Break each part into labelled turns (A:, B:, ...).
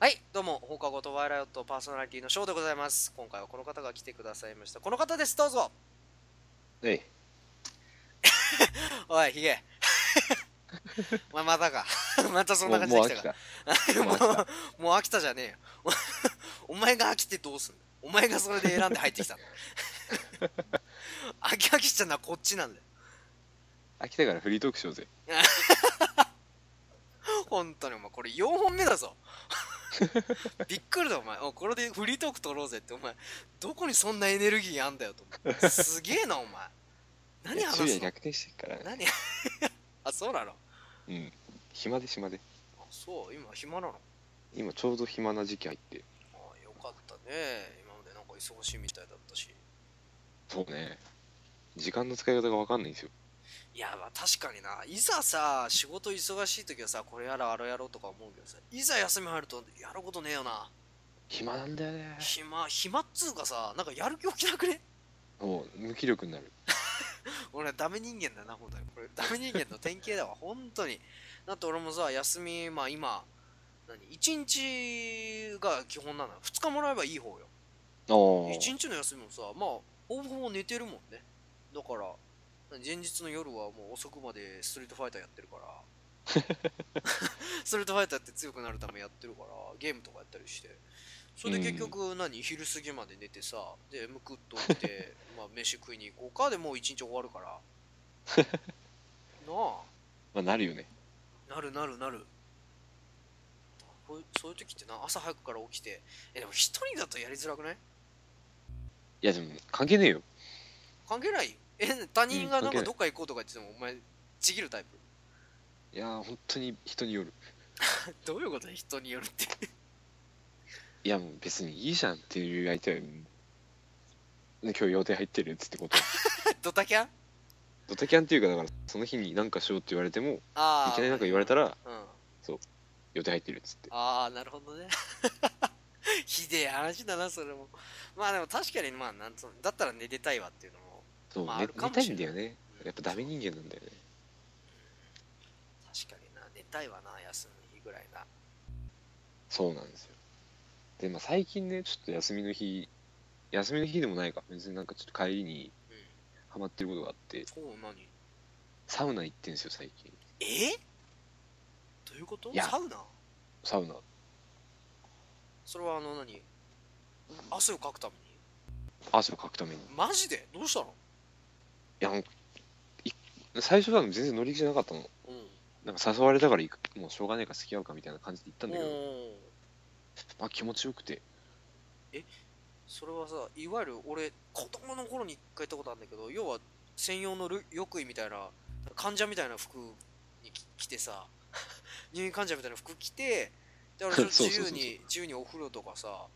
A: はい、どうも、放課後とワイライトパーソナリティのショーでございます。今回はこの方が来てくださいました。この方です、どうぞ。
B: えい。
A: おい、ひげ。 お前またか。 またそんな感じで来たか。 もう飽きもう飽きたじゃねえよ。 お前が飽きてどうすんのお前がそれで選んで入ってきたの。 飽き飽きしたのはこっちなんだよ。
B: 飽きたからフリートークしようぜ。
A: 本当にお前これ4本目だぞ。 びっくりだお前おこれでフリートーク取ろうぜってお前どこにそんなエネルギーあんだよと思ってすげえなお前何話すの
B: 逆転してからね
A: 何 あそうなの
B: うん暇で暇で
A: あそう今暇なの
B: 今ちょうど暇な時期入って
A: ああよかったね今までなんか忙しいみたいだったし
B: そうね時間の使い方が分かんないんですよ
A: いやまあ確かにないざさ仕事忙しい時はさこれやらあれやろうとか思うけどさいざ休み入るとやることねえよな
B: 暇なんだよね
A: 暇暇っつうかさなんかやる気起きなくね
B: もう無気力になる
A: 俺ダメ人間だな本当にこれダメ人間の典型だわ 本当にだって俺もさ休みまあ今何1日が基本なの2日もらえばいい方よ1日の休みもさまあほぼほぼ寝てるもんねだから前日の夜はもう遅くまでストリートファイターやってるからストリートファイターって強くなるためやってるからゲームとかやったりしてそれで結局何、昼過ぎまで寝てさでむくっと起きてまあ飯食いに行こうかでもう一日終わるからなあ
B: まあなるよね
A: なるなるなるそういう時ってな朝早くから起きてえでも一人だとやりづらくない
B: いやでも関係ねえよ
A: 関係ないよえ他人がなんかどっか行こうとか言ってても、お前ちぎるタイ
B: プいや本当に人による
A: どういうこと人によるって
B: いやもう別にいいじゃんっていう相手は今日予定入ってるっつってこと
A: ドタキャン
B: ドタキャンっていうかだからその日に何かしようって言われてもいきなり何か言われたら、うん、そう予定入ってるっつって
A: ああなるほどね ひでえ話だなそれもまあでも確かにまあなんつうだったら寝てたいわっていうのも
B: そう、まあ、寝たいんだよねやっぱダメ人間なんだよね
A: 確かにな寝たいわな休みの日ぐらいな
B: そうなんですよでまあ最近ねちょっと休みの日休みの日でもないか別になんかちょっと帰りにハマってることがあって、うん、
A: そう何
B: サウナ行ってんすよ最近
A: えどういうことサウナ
B: サウナ
A: それはあの何汗をかくために
B: 汗をかくために
A: マジでどうしたの
B: いや最初は全然乗り気じゃなかったの、うん、なんか誘われたから行くもうしょうがねえか付き合うかみたいな感じで行ったんだけどまあ気持ちよくて
A: えそれはさいわゆる俺子供の頃に一回行ったことあるんだけど要は専用の浴衣みたいな患者みたいな服に着てさ 入院患者みたいな服着てだ から自由に自由にお風呂とかさ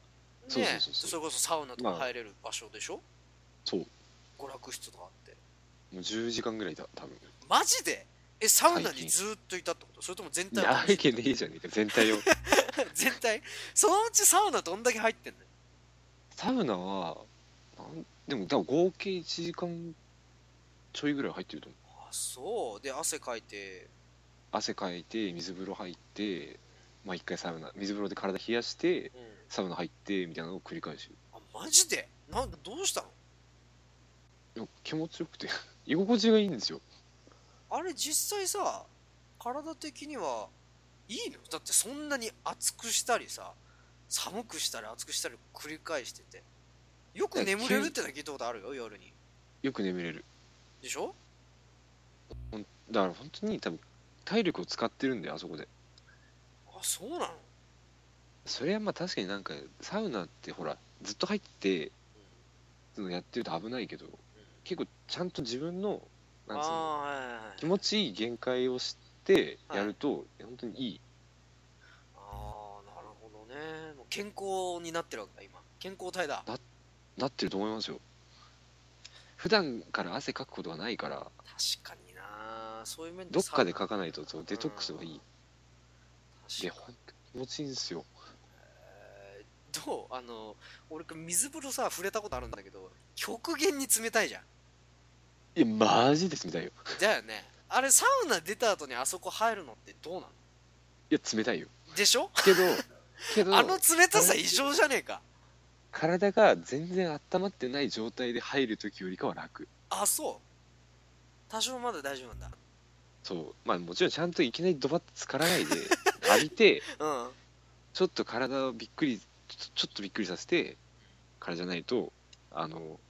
A: ねそれこそサウナとか入れる場所でしょ、まあ、
B: そう
A: 娯楽室とかあって
B: もう10時間ぐらいだ多分
A: マジでえサウナにずっといたってことそれとも全体
B: なわけねえじゃねえか全体を
A: 全体そのうちサウナどんだけ入ってんの
B: サウナはなんでも多分合計1時間ちょいぐらい入ってると思
A: うあそうで汗かいて
B: 汗かいて水風呂入ってまあ一回サウナ水風呂で体冷やして、うん、サウナ入ってみたいなのを繰り返し
A: あマジでなんどうしたの
B: 気持ちよくて 居心地がいいんですよ
A: あれ実際さ体的にはいいのだってそんなに暑くしたりさ寒くしたり暑くしたり繰り返しててよく眠れるってのは聞いたことあるよ夜に
B: よく眠れる
A: でしょ
B: だから本当に多分体力を使ってるんだよあそこで
A: あそうなの
B: それはまあ確かになんかサウナってほらずっと入ってそのやってると危ないけど結構ちゃんと自分のなんその気持ちいい限界を知ってやると、本当にいい
A: ああなるほどねもう健康になってるわけだ今健康体だ
B: ななってると思いますよ普段から汗かくことがないから
A: 確かになそういう面で
B: どっかでかかないとそうデトックスがいい、で気持ちいいんですよ
A: どうあの俺水風呂さ触れたことあるんだけど極限に冷たいじゃん
B: いやマジで冷たいよ
A: だよねあれサウナ出た後にあそこ入るのってどうなの
B: いや冷たいよ
A: でしょ
B: けどけど
A: あの冷たさ異常じゃねえか
B: 体が全然温まってない状態で入る時よりかは楽
A: あそう多少まだ大丈夫なんだ
B: そうまあもちろんちゃんといきなりドバッと浸から ないで浴びて
A: うん
B: ちょっと体をびっくりちょちょっとびっくりさせてからじゃないとあの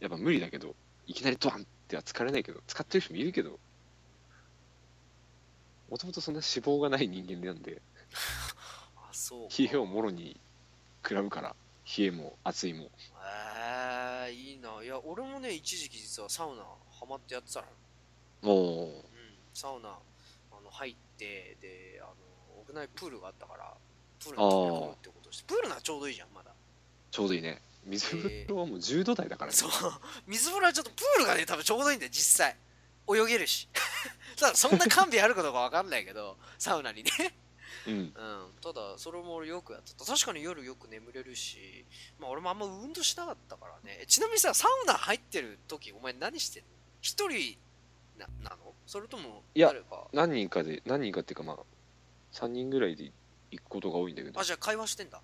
B: やっぱ無理だけどいきなりドワンっては疲れないけど使ってる人もいるけどもともとそんな脂肪がない人間なんで
A: あそう
B: 冷えをもろに食らうから冷えも暑いも
A: へえいいないや俺もね一時期実はサウナハマってやってたの
B: もう
A: うんサウナあの入ってであの屋内プールがあったからプール
B: あ
A: に
B: ー
A: 飛び込むってことをしてプールならちょうどいいじゃんまだ
B: ちょうどいいね水風呂はもう10度台だからね、
A: そう水風呂はちょっとプールがね多分ちょうどいいんだよ実際泳げるし ただそんな完備あるかどうかわかんないけど サウナにね
B: うん
A: うん、ただそれも俺よくやってた確かに夜よく眠れるし、まあ、俺もあんま運動しなかったからねえちなみにさサウナ入ってる時お前何してんの一人ななのそれとも
B: いや
A: 誰か
B: 何人かで何人かっていうかまあ3人ぐらいで行くことが多いんだけど
A: あじゃあ会話してんだ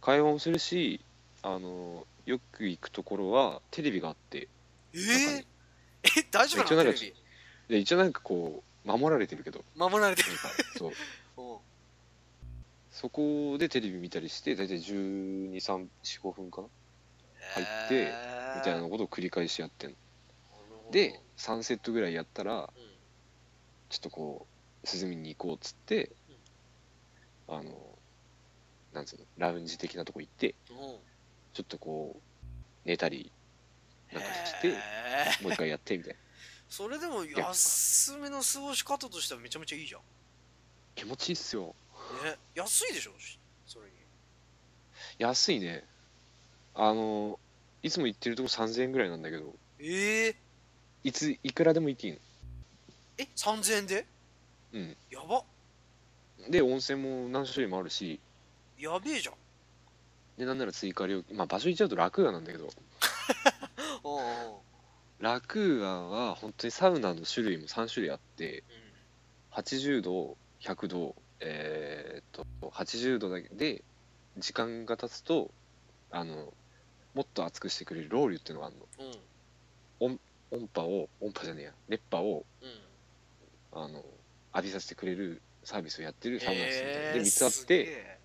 B: 会話もするしあのよく行くところはテレビがあって
A: え
B: 中に
A: ー、え大丈夫
B: 一応
A: な
B: なん
A: の
B: か
A: テレビ
B: で一応なんかこう守られてるけど
A: 守られてる
B: なんかそう
A: お う
B: そこでテレビ見たりして大体1 2 3 4 5分か入って
A: へ
B: な
A: ー
B: みたいなことを繰り返しやってんの
A: なるほど
B: で3セットぐらいやったら
A: うん
B: ちょっとこう涼みに行こうっつってあのなんつうのラウンジ的なとこ行って
A: おう
B: ちょっとこう寝たりなんかして
A: へー
B: もう一回やってみたいな
A: それでも休みの過ごし方としてはめちゃめちゃいいじゃん、
B: 気持ちいいっすよ
A: ね、安いでしょしそれに
B: 安いねあのいつも行ってるとこ3000円ぐらいなんだけど
A: ええー
B: いついくらでも行っていいの
A: え3000円で
B: うん
A: やば
B: で温泉も何種類もあるし
A: やべえじゃん
B: でなんなら追加料金まあ場所行っちゃうとラクーアなんだけど
A: おうお
B: ラクーアは本当にサウナの種類も3種類あって
A: う、
B: 80度100度えーっと80度だけで時間が経つとあのもっと熱くしてくれるロウリュっていうのがある
A: う
B: の
A: んうん
B: 音波を音波じゃねえや熱波を
A: うん
B: あの浴びさせてくれるサービスをやってるサウナ室みたいな
A: え
B: の
A: ー
B: で3つあっ
A: すげ
B: て
A: え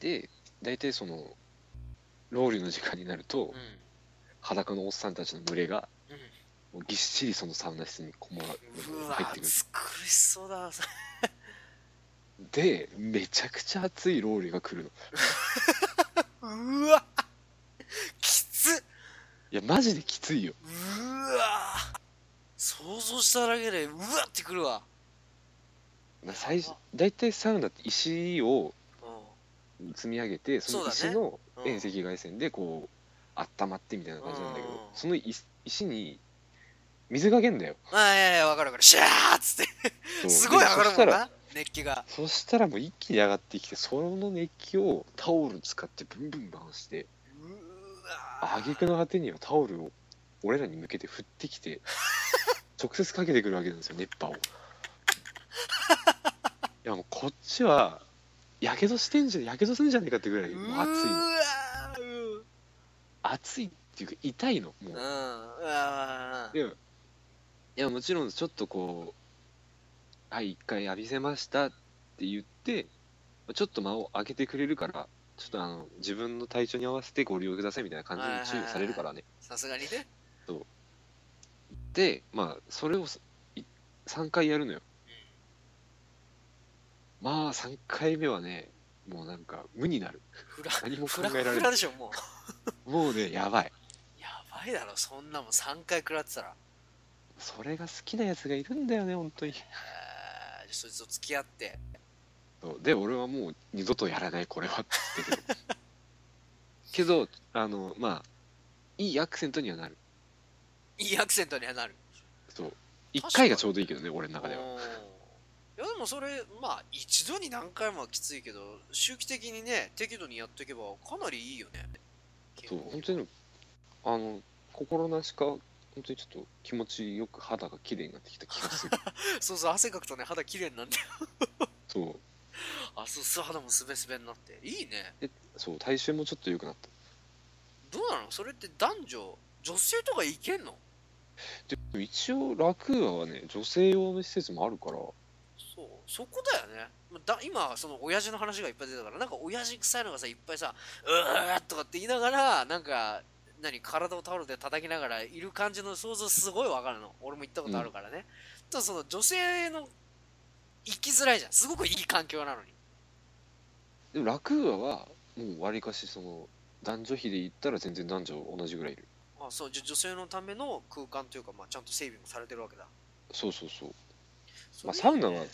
B: で大体そのロウリュの時間になると
A: うん
B: 裸のおっさんたちの群れが
A: うん
B: もうぎっしりそのサウナ室にこもら
A: うわ
B: 入ってくる
A: 苦しそうだな
B: でめちゃくちゃ熱いロウリュが来るの
A: うわきつ
B: いやマジできついよ
A: うわ想像しただけでうわってくるわ
B: な最初大体サウナって石を
A: うん
B: 積み上げてその石の
A: そうだねうん
B: 遠赤外線でこう温まってみたいな感じなんだけど、
A: うん
B: その石石に水かけんだよ
A: あいやいやわかるわかるシャーっつっ
B: そ
A: て
B: う
A: すごい
B: で
A: 上がる
B: そし
A: も
B: た
A: ん
B: ら
A: な熱気が
B: そしたらもう一気に上がってきてその熱気をタオル使ってブンブン回して
A: うわ
B: 挙句の果てにはタオルを俺らに向けて振ってきて直接かけてくるわけなんですよ熱波をいやもうこっちはやけどしてんじゃやけどするんじゃねえかってぐらいもう暑いの
A: うわ
B: 暑いっていうか痛いのもう
A: うんうわ
B: でいやもちろんちょっとこう「はい一回浴びせました」って言ってちょっと間を空けてくれるからちょっとあの自分の体調に合わせてご利用くださいみたいな感じで注意されるからね
A: さすがにね
B: でまあそれを3回やるのよまあ3回目はねもうなんか無になる
A: フラ
B: 何も
A: フ
B: 考
A: ラ
B: えられ
A: フ
B: な
A: ラ
B: い
A: でしょもう
B: もうねやばい
A: やばいだろそんなもん3回食らってたら
B: それが好きなやつがいるんだよね本当に
A: えーそいつと付き合って
B: そうで俺はもう二度とやらないこれはっつってけどけどあのまあいいアクセントにはなる
A: いいアクセントにはなる
B: そう1回がちょうどいいけどね俺の
A: お
B: 中
A: ー
B: で
A: い
B: は
A: やでもそれまあ一度に何回もはきついけど周期的にね適度にやっていけばかなりいいよね
B: そう本当にあの心なしか本当にちょっと気持ちよく肌が綺麗になってきた気がする
A: そうそう汗かくとね肌綺麗になるんだよ
B: そう
A: そう素肌もすべすべになっていいね
B: そう体臭もちょっと良くなった
A: どうなのそれって男女女性とかいけんの
B: でも一応ラクーアはね女性用の施設もあるから
A: そうそこだよねまだ今その親父の話がいっぱい出たからなんか親父臭いのがさいっぱいさ「うー」とかって言いながらなんか何体をタオルで叩きながらいる感じの想像すごいわかるの俺も行ったことあるからね、ただその女性の生きづらいじゃんすごくいい環境なのに
B: でもラクーアはもうわりかしその男女比で言ったら全然男女同じぐらいいる
A: あそうじゃ女性のための空間というか、まあ、ちゃんと整備もされてるわけだ
B: そうそうそう
A: そ
B: まあ
A: れいい
B: サウ
A: ね
B: ナは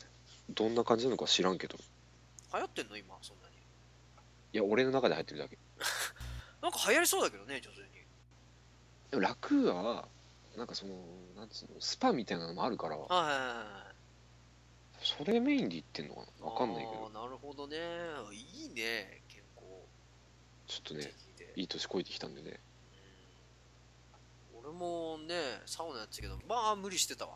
B: どんな感じなのか知らんけど
A: 流行ってんの今そんなに
B: いや俺の中で入ってるだけ
A: なんか流行りそうだけどね女性に
B: でもラクーアはなんかそのなんつうのスパみたいなのもあるから
A: はいはいはいはい
B: それメインで行ってんのかなわかんないけど
A: あーなるほどねいいね健康
B: ちょっと
A: 的
B: ね
A: で、
B: いい年こいてきたんでね
A: うん俺もねサウナやってたけどまあ無理してたわ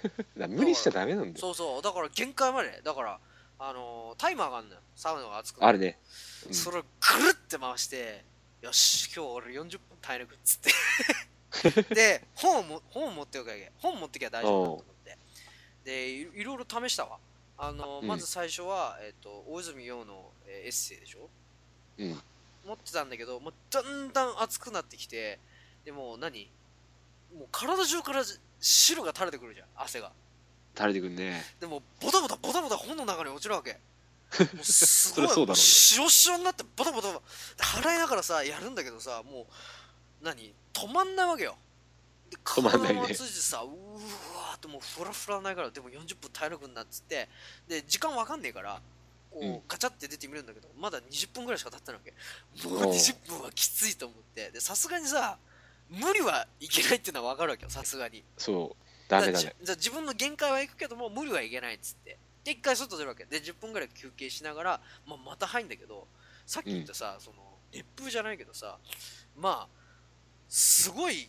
B: だから無理しちゃダメなんだよ
A: そうそうだから限界までだからあのータイマーがあるのよサウナが熱くな
B: あ
A: る
B: るねうん
A: それをくるって回してよし今日俺40分耐え抜くっつって で本をも本を持っておけばいい本持ってきゃ大丈夫だと思ってでいいろいろ試したわあの、
B: うん
A: まず最初は、えっと大泉洋の、えーエッセイでしょ、
B: うん
A: 持ってたんだけどもうだんだん熱くなってきてでもう何もう体中から汁が垂れてくるじゃん汗が
B: 垂れてくんね
A: でもボタボタボタボタ本の中に落ちる わけもうすごい
B: そりゃそうだろうね
A: 塩塩になってボタボタ払いながらさやるんだけどさもう何止まんないわけよで
B: 止まんないね
A: 体も熱いしさうわーってもうフラフラないからでも40分体力になっつってで時間わかんねえからこう、
B: うん
A: ガチャって出てみるんだけどまだ20分ぐらいしか経ってないわけも
B: お
A: う
B: う
A: 20分はきついと思ってでさすがにさ無理はいけないっていうのはわかるわけよさすがに
B: そうダメダ
A: だ
B: メ
A: からじじゃあ自分の限界はいくけども無理はいけないっつってで一回外出るわけで10分ぐらい休憩しながら、まあ、また入んだけどさっき言ったさ、その熱風じゃないけどさまあすごい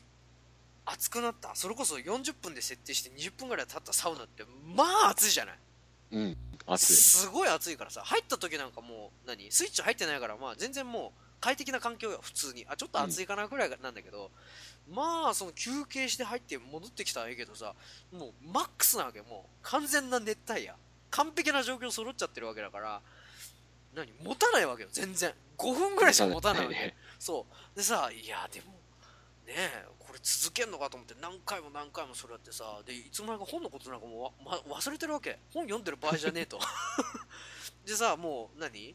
A: 熱くなったそれこそ40分で設定して20分ぐらい経ったサウナってまあ暑いじゃない
B: うん熱い
A: すごい暑いからさ入った時なんかもう何スイッチ入ってないからまあ全然もう快適な環境よ普通にあちょっと暑いかなぐらいなんだけど、まあその休憩して入って戻ってきたらいいけどさもうマックスなわけもう完全な熱帯夜完璧な状況揃っちゃってるわけだから何持たないわけよ全然5分ぐらいしか持たないわけ、
B: ね
A: そうでさいやでもねえこれ続けんのかと思って何回も何回もそれやってさでいつの間にか本のことなんかもうわ、ま、忘れてるわけ本読んでる場合じゃねえと でさもう何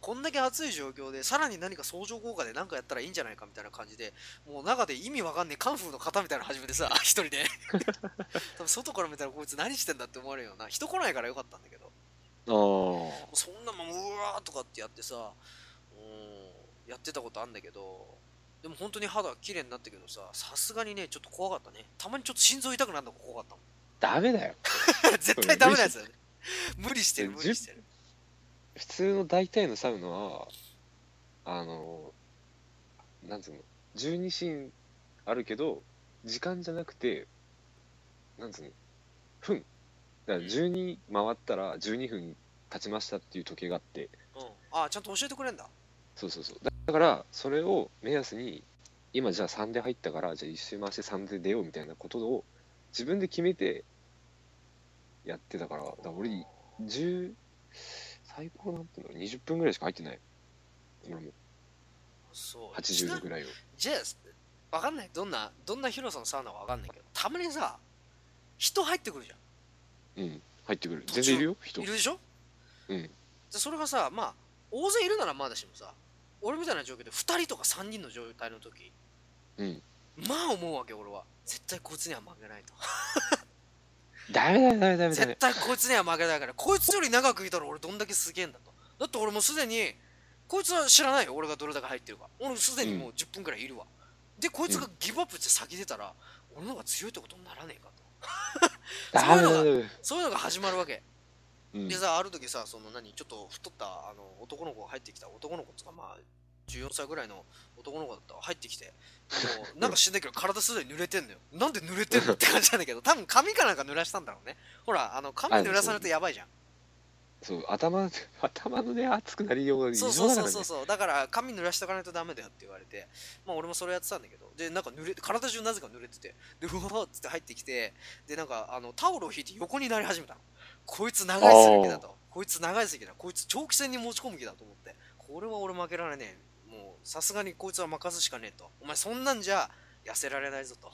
A: こんだけ暑い状況でさらに何か相乗効果で何かやったらいいんじゃないかみたいな感じでもう中で意味わかんねえカンフーの型みたいなの始めてさ一人で多分外から見たらこいつ何してんだって思われるような人来ないからよかったんだけど
B: ああ
A: そんなもんうわーとかってやってさ、うん、やってたことあんだけど、でも本当に肌が綺麗になったけどさ、さすがにね、ちょっと怖かったね。たまにちょっと心臓痛くなるのが怖かっ
B: ダメだよ
A: たもん。 絶対ダメなやつだよね。無理してる、無
B: 無
A: 理
B: 理
A: してる。
B: 普通の大体のサウナはあのなんつうの12シーンあるけど時間じゃなくてなんつうの分だから12回ったら12分経ちましたっていう時計があって
A: うん、あちゃんと教えてくれんだ。
B: そうそうそうだだからそれを目安に今じゃあ3で入ったからじゃあ1周回して3で出ようみたいなことを自分で決めてやってたからだから俺10最高なんていうの20分ぐらいしか入ってない俺も
A: そう。
B: 80度ぐ
A: い。
B: らいを
A: じゃあ、わかんない。どんな、どんな広さのサウナかわかんないけど、たまにさ、人入ってくるじゃん。
B: うん入ってくる全然いるよ人
A: いるでしょ
B: うん
A: でそれがさまあ大勢いるならまだしもさ俺みたいな状況で2人とか3人の状態の時
B: うん
A: まあ思うわけ俺は絶対こいつには負けない と
B: ダメだよダメだよダメだ
A: 絶
B: よ
A: 対こいつには負けないからこいつより長くいたら俺どんだけすげえんだとだって俺もうすでにこいつは知らないよ俺がどれだけ入ってるか俺すでにもう10分くらいいるわ、でこいつがギブアップして先出たら俺の方が強いってことにならねえかと
B: ダメだよダメだよ
A: そういうのが始まるわけ
B: うん
A: でさある時さその何ちょっと太ったあの男の子が入ってきた男の子っつうかまあ14歳ぐらいの男の子だったわ入ってきてもうなんか知んないけど体すでに濡れてんのよなんで濡れてんのって感じなんだけど多分髪かなんか濡らしたんだろうねほらあの髪濡らさないとやばいじゃん
B: そう頭頭のね熱くなりようが異
A: そうそう
B: 常だか
A: そ
B: ら
A: う
B: ね
A: そうそうだから髪濡らしとかないとダメだよって言われてまあ俺もそれやってたんだけどでなんか濡れ体中なぜか濡れててでうわーっつって入ってきてでなんかあのタオルを引いて横になり始めたのこいつ長いすぎだとこいつ長いすぎだこいつ長期戦に持ち込む気だと思ってこれは俺負けられねえもうさすがにこいつは任すしかねえとお前そんなんじゃ痩せられないぞと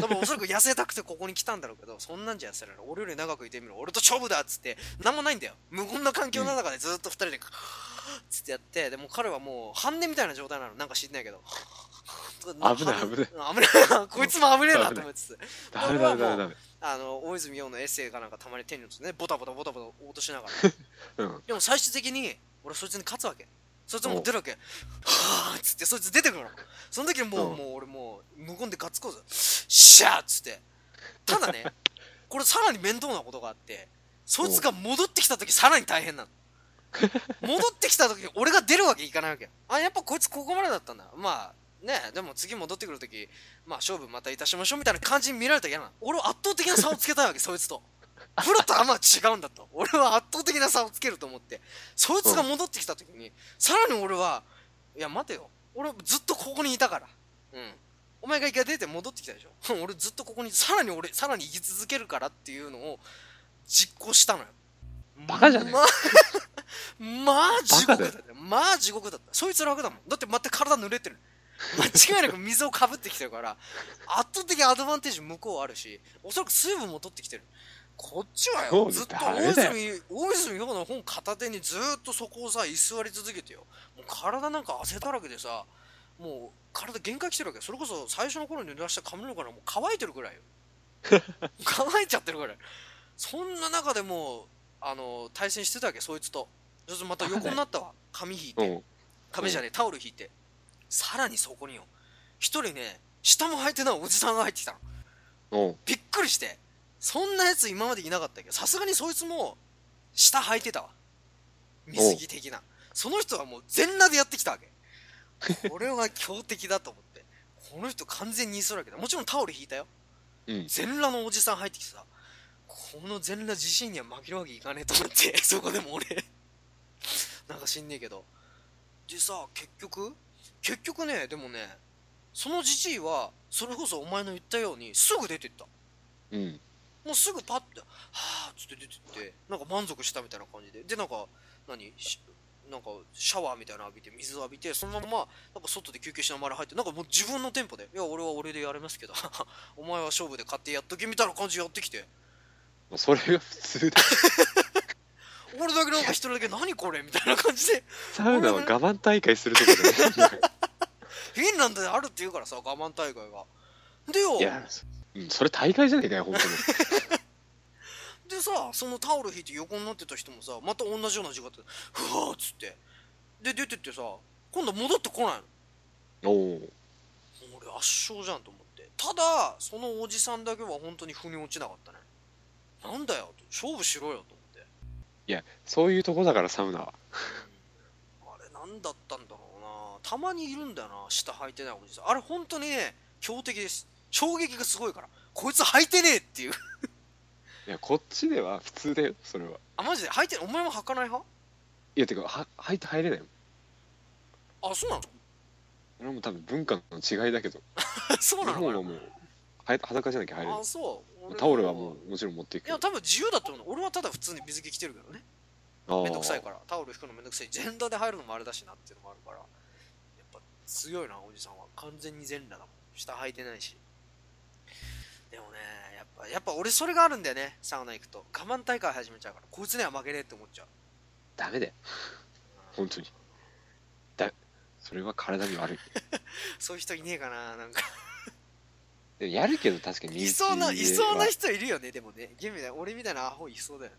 A: 多分おそらく痩せたくてここに来たんだろうけどそんなんじゃ痩せられない俺より長くいてみろ俺と勝負だっつってなんもないんだよ無言な環境の中でずっと二人でつってやってでも彼はもう半値みたいな状態なのなんか知んないけど
B: 危ない危ない
A: 危ない こいつも危ねえなと思いつつ
B: ダメダメダメダメ
A: あの大泉洋のエッセイかなんかたまに手に落とすねボタボタボタボタ落としながら
B: うん
A: でも最終的に俺そいつに勝つわけそいつもう出るわけはあっつってそいつ出てくるのその時にもう,、
B: うん
A: もう俺もう無言でガッツこうぜシャーっつってただねこれさらに面倒なことがあってそいつが戻ってきた時さらに大変なの戻ってきた時に俺が出るわけいかないわけあやっぱこいつここまでだったんだまあねでも次戻ってくる時まあ勝負またいたしましょうみたいな感じに見られたら嫌なの俺は圧倒的な差をつけたいわけそいつとプロとアマは違うんだと俺は圧倒的な差をつけると思ってそいつが戻ってきた時にさらに俺はいや待てよ俺ずっとここにいたからうんお前が一回出て戻ってきたでしょ 俺ずっとここにさらに俺さらに生き続けるからっていうのを実行したのよ
B: バカじゃねえ
A: ままあ 地獄だっ
B: バカ
A: たまあ地獄だったそいつ楽だもんだってまた体濡れてる 間違いなく水をかぶってきてるから圧倒的アドバンテージ向こうあるしおそらく水分も取ってきてるこっちは
B: そ
A: よ
B: う
A: ずっと
B: ダ
A: 大
B: メだよ
A: 泉大泉洋の本片手にずっとそこをさ居座り続けてよもう体なんか汗だらけでさもう体限界来てるわけよそれこそ最初の頃に濡らした髪の毛からもう乾いてるぐらいよ 乾いちゃってるぐらいそんな中でもうあの対戦してたわけそいつとそうするとまた横になったわ髪引いて
B: うん
A: 壁じゃねえタオル引いてさらにそこによ一人ね下も履いてないおじさんが入ってきたの
B: うん
A: びっくりしてそんなやつ今までいなかったけどさすがにそいつも下履いてたわ水着的なその人はもう全裸でやってきたわけ これは強敵だと思ってこの人完全に居そうだけどもちろんタオル引いたよ
B: うん
A: 全裸のおじさん入ってきてさこの全裸自身には負けるわけいかねえと思って そこでも俺なんか知んねえけどでさ結局結局ねでもねそのじじいはそれこそお前の言ったようにすぐ出てった
B: うん
A: もうすぐパッて「はあ」っつって出てってなんか満足したみたいな感じででなんか何しなんかシャワーみたいなの浴びて水を浴びてそのままなんか外で休憩しながら入ってなんかもう自分のテンポで「いや俺は俺でやれますけど お前は勝負で勝手にやっとけ」みたいな感じでやってきて
B: もうそれが普通だ
A: 俺だけなんか一人だけ「何これ」みたいな感じで
B: サウナは我慢大会するとこじ ゃない
A: フィンランドであるって言うからさ我慢大会が。でよ
B: いや、うん、それ大会じゃねえかよ本当に
A: でさそのタオル引いて横になってた人もさまた同じような字があって「ふわ」っつってで出てってさ今度戻ってこないの。
B: お おー
A: 俺圧勝じゃんと思ってただそのおじさんだけは本当に腑に落ちなかったねなんだよと勝負しろよと思って
B: いやそういうとこだからサウナは
A: あれ何だったんだろうなたまにいるんだよな下履いてないおじさんあれ本当にね強敵です衝撃がすごいからこいつ履いてねえっていう
B: いやこっちでは普通だよそれは
A: あマジで履いてないお前も履かない派
B: いやてかは入って入れないもん
A: あそうなの
B: それはもう多分文化の違いだけど
A: そう
B: 日
A: なの
B: 本
A: か
B: はもうは裸じゃなきゃ入れ
A: な
B: な
A: あそう俺
B: いタオルはもうもちろん持っていく
A: い
B: け
A: や
B: ど
A: 多分自由だと思う俺はただ普通に水着着てるけどね
B: ああ
A: めんどくさいからタオル引くのめんどくさいジェンダーで入るのもあれだしなっていうのもあるからやっぱ強いなおじさんは完全に全裸だもん下履いてないしでもねやっぱやっぱ俺それがあるんだよねサウナ行くと我慢大会始めちゃうからこいつには負けねえって思っちゃう
B: ダメだよ
A: うん
B: 本当にだそれは体に悪い
A: そういう人いねえかななんか
B: でもやるけど確かに身内
A: いそうない
B: は
A: そうな人いるよねでもねゲームで俺みたいなアホいそうだよね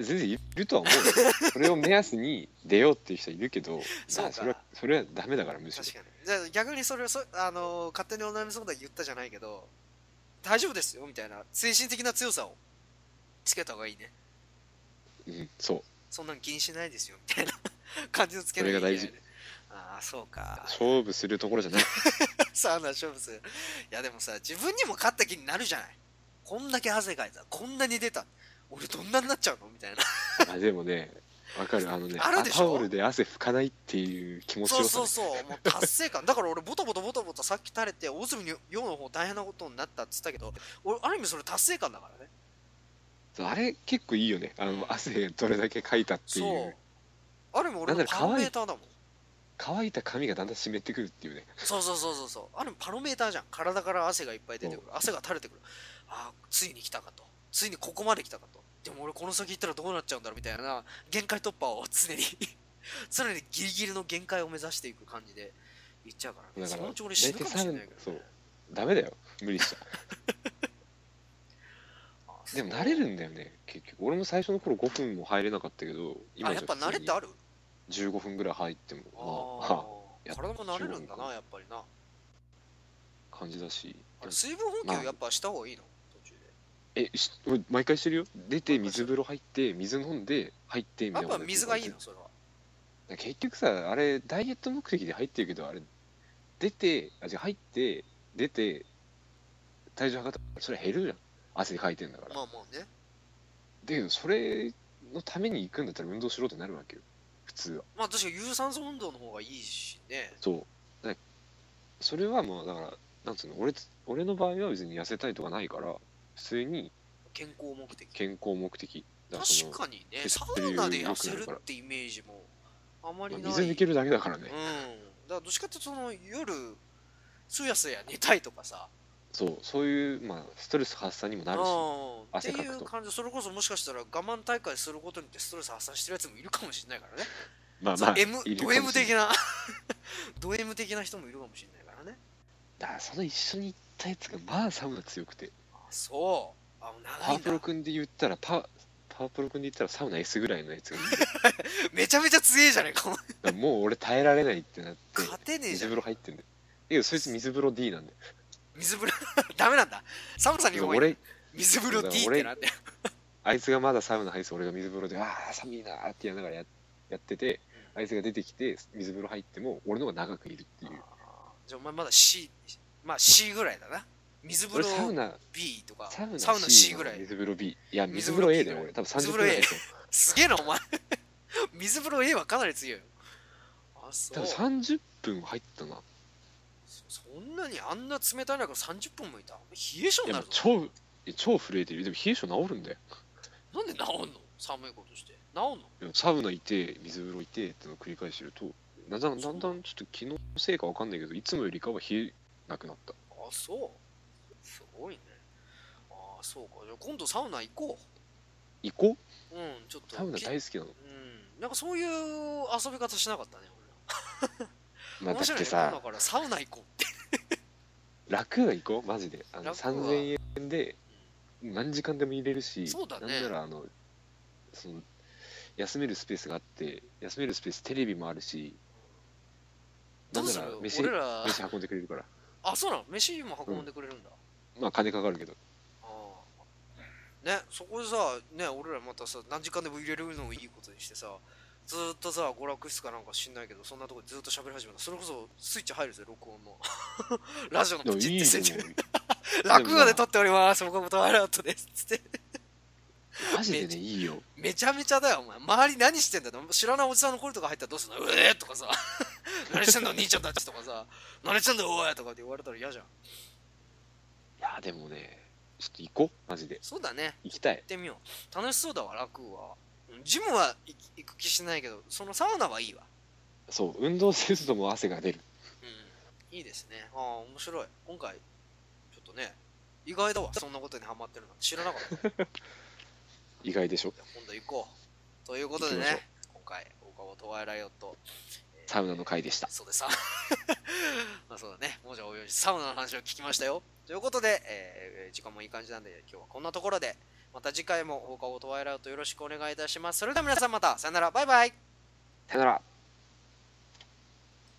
B: 全然いるとは思うよ それを目安に出ようっていう人いるけど
A: そうか
B: まあそれはそれはダメだからむしろ
A: 確かにじゃあ逆にそれをそ、あのー勝手にお悩み相談言ったじゃないけど大丈夫ですよみたいな精神的な強さをつけた方がいいね
B: うんそう
A: そんなの気にしないですよみたいな 感じのつけないといけないね
B: それが
A: ああそうか
B: 勝負するところじゃない
A: サウナ勝負するいやでもさ自分にも勝った気になるじゃないこんだけ汗かいたこんなに出た俺どんなになっちゃうのみたいな
B: あでもねわかるあのね
A: あるでしょ
B: タオルで汗拭かないっていう気持ち
A: そう
B: よさ
A: そう
B: ね
A: そうもう達成感だから俺ボタボタボタボタさっき垂れて大隅に用の方大変なことになったっつったけど俺ある意味それ達成感だからね
B: そうあれ結構いいよねあの汗どれだけかいたってい
A: そう
B: う
A: ある意味俺
B: な
A: の
B: んだろ
A: パロ
B: 可愛
A: メ
B: い
A: ーターだもん
B: 乾いた髪がだんだん湿ってくるっていうね
A: そうそうそうそうそうある意味パロメーターじゃん体から汗がいっぱい出てくる汗が垂れてくるあーついに来たかとついにここまで来たかとでも俺この先行ったらどうなっちゃうんだろうみたいな限界突破を常に 常にギリギリの限界を目指していく感じで行っちゃうからね
B: だか
A: そ
B: ら
A: のうち俺死ぬかもしれないけどね、
B: そうダメだよ無理したら
A: あー
B: でも慣れる んだよね結局俺も最初の頃5分も入れなかったけど
A: あ
B: 今
A: や
B: じ
A: っ
B: ゃ
A: ぱ慣れってある
B: 15分ぐらい入ってもまあ
A: ああ
B: やっ
A: 体も慣れるんだ
B: 十分
A: なやっぱりな
B: 感じだし
A: あれ水分補給やっぱした方がいいの途中で
B: えし俺毎回してるよ出て水風呂入って水飲んで入ってみ
A: や
B: たい
A: っ
B: な
A: ぱ水がいいのそれは
B: 結局さあれダイエット目的で入ってるけどあれ出てあじゃ入って出て体重測ったらそれ減るじゃん汗かいてんだから、
A: まあまあね
B: だけどそれのために行くんだったら運動しろってなるわけよ普通は
A: まあ確かに有酸素運動の方がいいしね
B: そうだからそれはもうだからなんつうの俺つ俺の場合は別に痩せたいとかないから普通に
A: 健康目的
B: 健康目的だからその
A: 確かにね
B: 血
A: サ
B: 流
A: ウ
B: 良く
A: ナ
B: なるから
A: で痩せるってイメージもあまりない、
B: まあ水抜けるだけだから
A: う
B: ね
A: んだからどっちかっていうとその夜すやすや寝たいとかさ
B: そうそういう、まあ、ストレス発散にもなるし
A: うんって
B: 汗
A: い
B: かく
A: う
B: と
A: 感じそれこそもしかしたら我慢大会することによってストレス発散してるやつもいるかもしれないからね
B: まあ
A: そ
B: ま
A: う
B: あ
A: M
B: いるか
A: ド
B: もしれな
A: M
B: い
A: 的な ド M 的な人もいるかもしれないからね
B: だからその一緒に行ったやつがまあサウナ強くて
A: あそうあ
B: パ
A: 長い
B: ワプロ
A: んだ
B: 君で言ったらパパワプロ君で言ったらサウナ S ぐらいのやつが いて
A: めちゃめちゃ強えじゃねえかお前
B: だからもう俺耐えられないってなって
A: 勝てねえじ
B: 水
A: ゃん
B: 風呂入ってんだよいやそいつ水風呂 D なんだよ
A: 水風呂 ダメなんだ寒さに
B: だか
A: 弱
B: ら
A: い
B: 俺
A: 水風呂 D っ
B: 俺
A: てなって
B: あいつがまだサウナ入ってて俺が水風呂で「ああ寒いな」って言いながらややっててあいつが出てきて水風呂入っても俺の方が長くいるっていう
A: あーじゃあお前まだ C まあ C ぐらいだな水風
B: 俺サウ
A: 呂
B: ナ
A: B とか
B: サウナ
A: サウナ C ぐらい
B: 水風呂 B いや
A: 水
B: 水
A: 風
B: 風
A: 呂
B: 呂
A: B
B: A だよ俺多分
A: 水
B: 30
A: 風
B: 分
A: 呂 A
B: ぐらい入ってる
A: すげえなお前 水風呂 A はかなり強いよあそ
B: 多
A: う
B: 分30分入ったな
A: そそんなにあんな冷たい中30分もいた冷え性
B: い
A: に
B: や
A: な
B: もう
A: るぞ
B: 超いや超震えてるでも冷え性治るんだよ
A: なんで治んの寒いことして治んの
B: でもサウナ行って水風呂行ってってのを繰り返してるとだんだんだんだんちょっと昨日のせいかわかんないけどいつもよりかは冷えなくなった
A: あそうすごいねああそうかじゃあ今度サウナ行こ
B: 行こう
A: ううんちょっと
B: サウナ
A: き
B: 大好きなの、
A: うんなんかそういう遊び方しなかったね俺ら面白いね今
B: まあ、だってさ
A: 度からサウナ行こうって
B: 楽は行こうマジであの
A: 楽は
B: 3000円で何時間でも入れるし
A: そうだね
B: なんならあのその休めるスペースがあって休めるスペーステレビもあるし
A: ど
B: なん
A: う
B: な
A: す
B: ら
A: る
B: 飯
A: 俺ら
B: 飯運んでくれるから
A: あそうなの飯も運んでくれるんだ、
B: まあ金かかるけ ど
A: ああねそこでさね俺らまたさ何時間でも入れるのをいいことにしてさずーっとさ娯楽室かなんか知んないけどそんなとこでずーっと喋り始めたそれこそスイッチ入るぜ録 音のラジオの
B: でも
A: プチっ
B: いい
A: てス
B: と
A: イッチ
B: 思う
A: 落語で撮っております岡本ハラートですつって
B: マジでねいいよ
A: めちゃめちゃだよお前周り何してんだよ知らないおじさんの声とか入ったらどうすんのうえーとかさ 何してんの兄ちゃんたちとかさ何してんだよおいとかって言われたら嫌じゃん
B: いやでもねちょっと行こうマジで
A: そうだね
B: 行きたい
A: 行ってみよう楽しそうだわ楽はうんジムは行行く気しないけどそのサウナはいいわ
B: そう運動せずとも汗が出る
A: うんいいですねああ面白い今回ちょっとね意外だわそんなことにハマってるなんて知らなかった
B: 意外でしょ
A: じゃあ今度行こうということで
B: 行きましょ
A: ね今回岡本ワイライオット
B: サウナの回でした
A: そうです まあそうだねもうじゃあおよじサウナの話を聞きましたよということで、えー時間もいい感じなんで今日はこんなところでまた次回も放課後トワイライトよろしくお願いいたしますそれでは皆さんまたさよならバイバイ
B: さよなら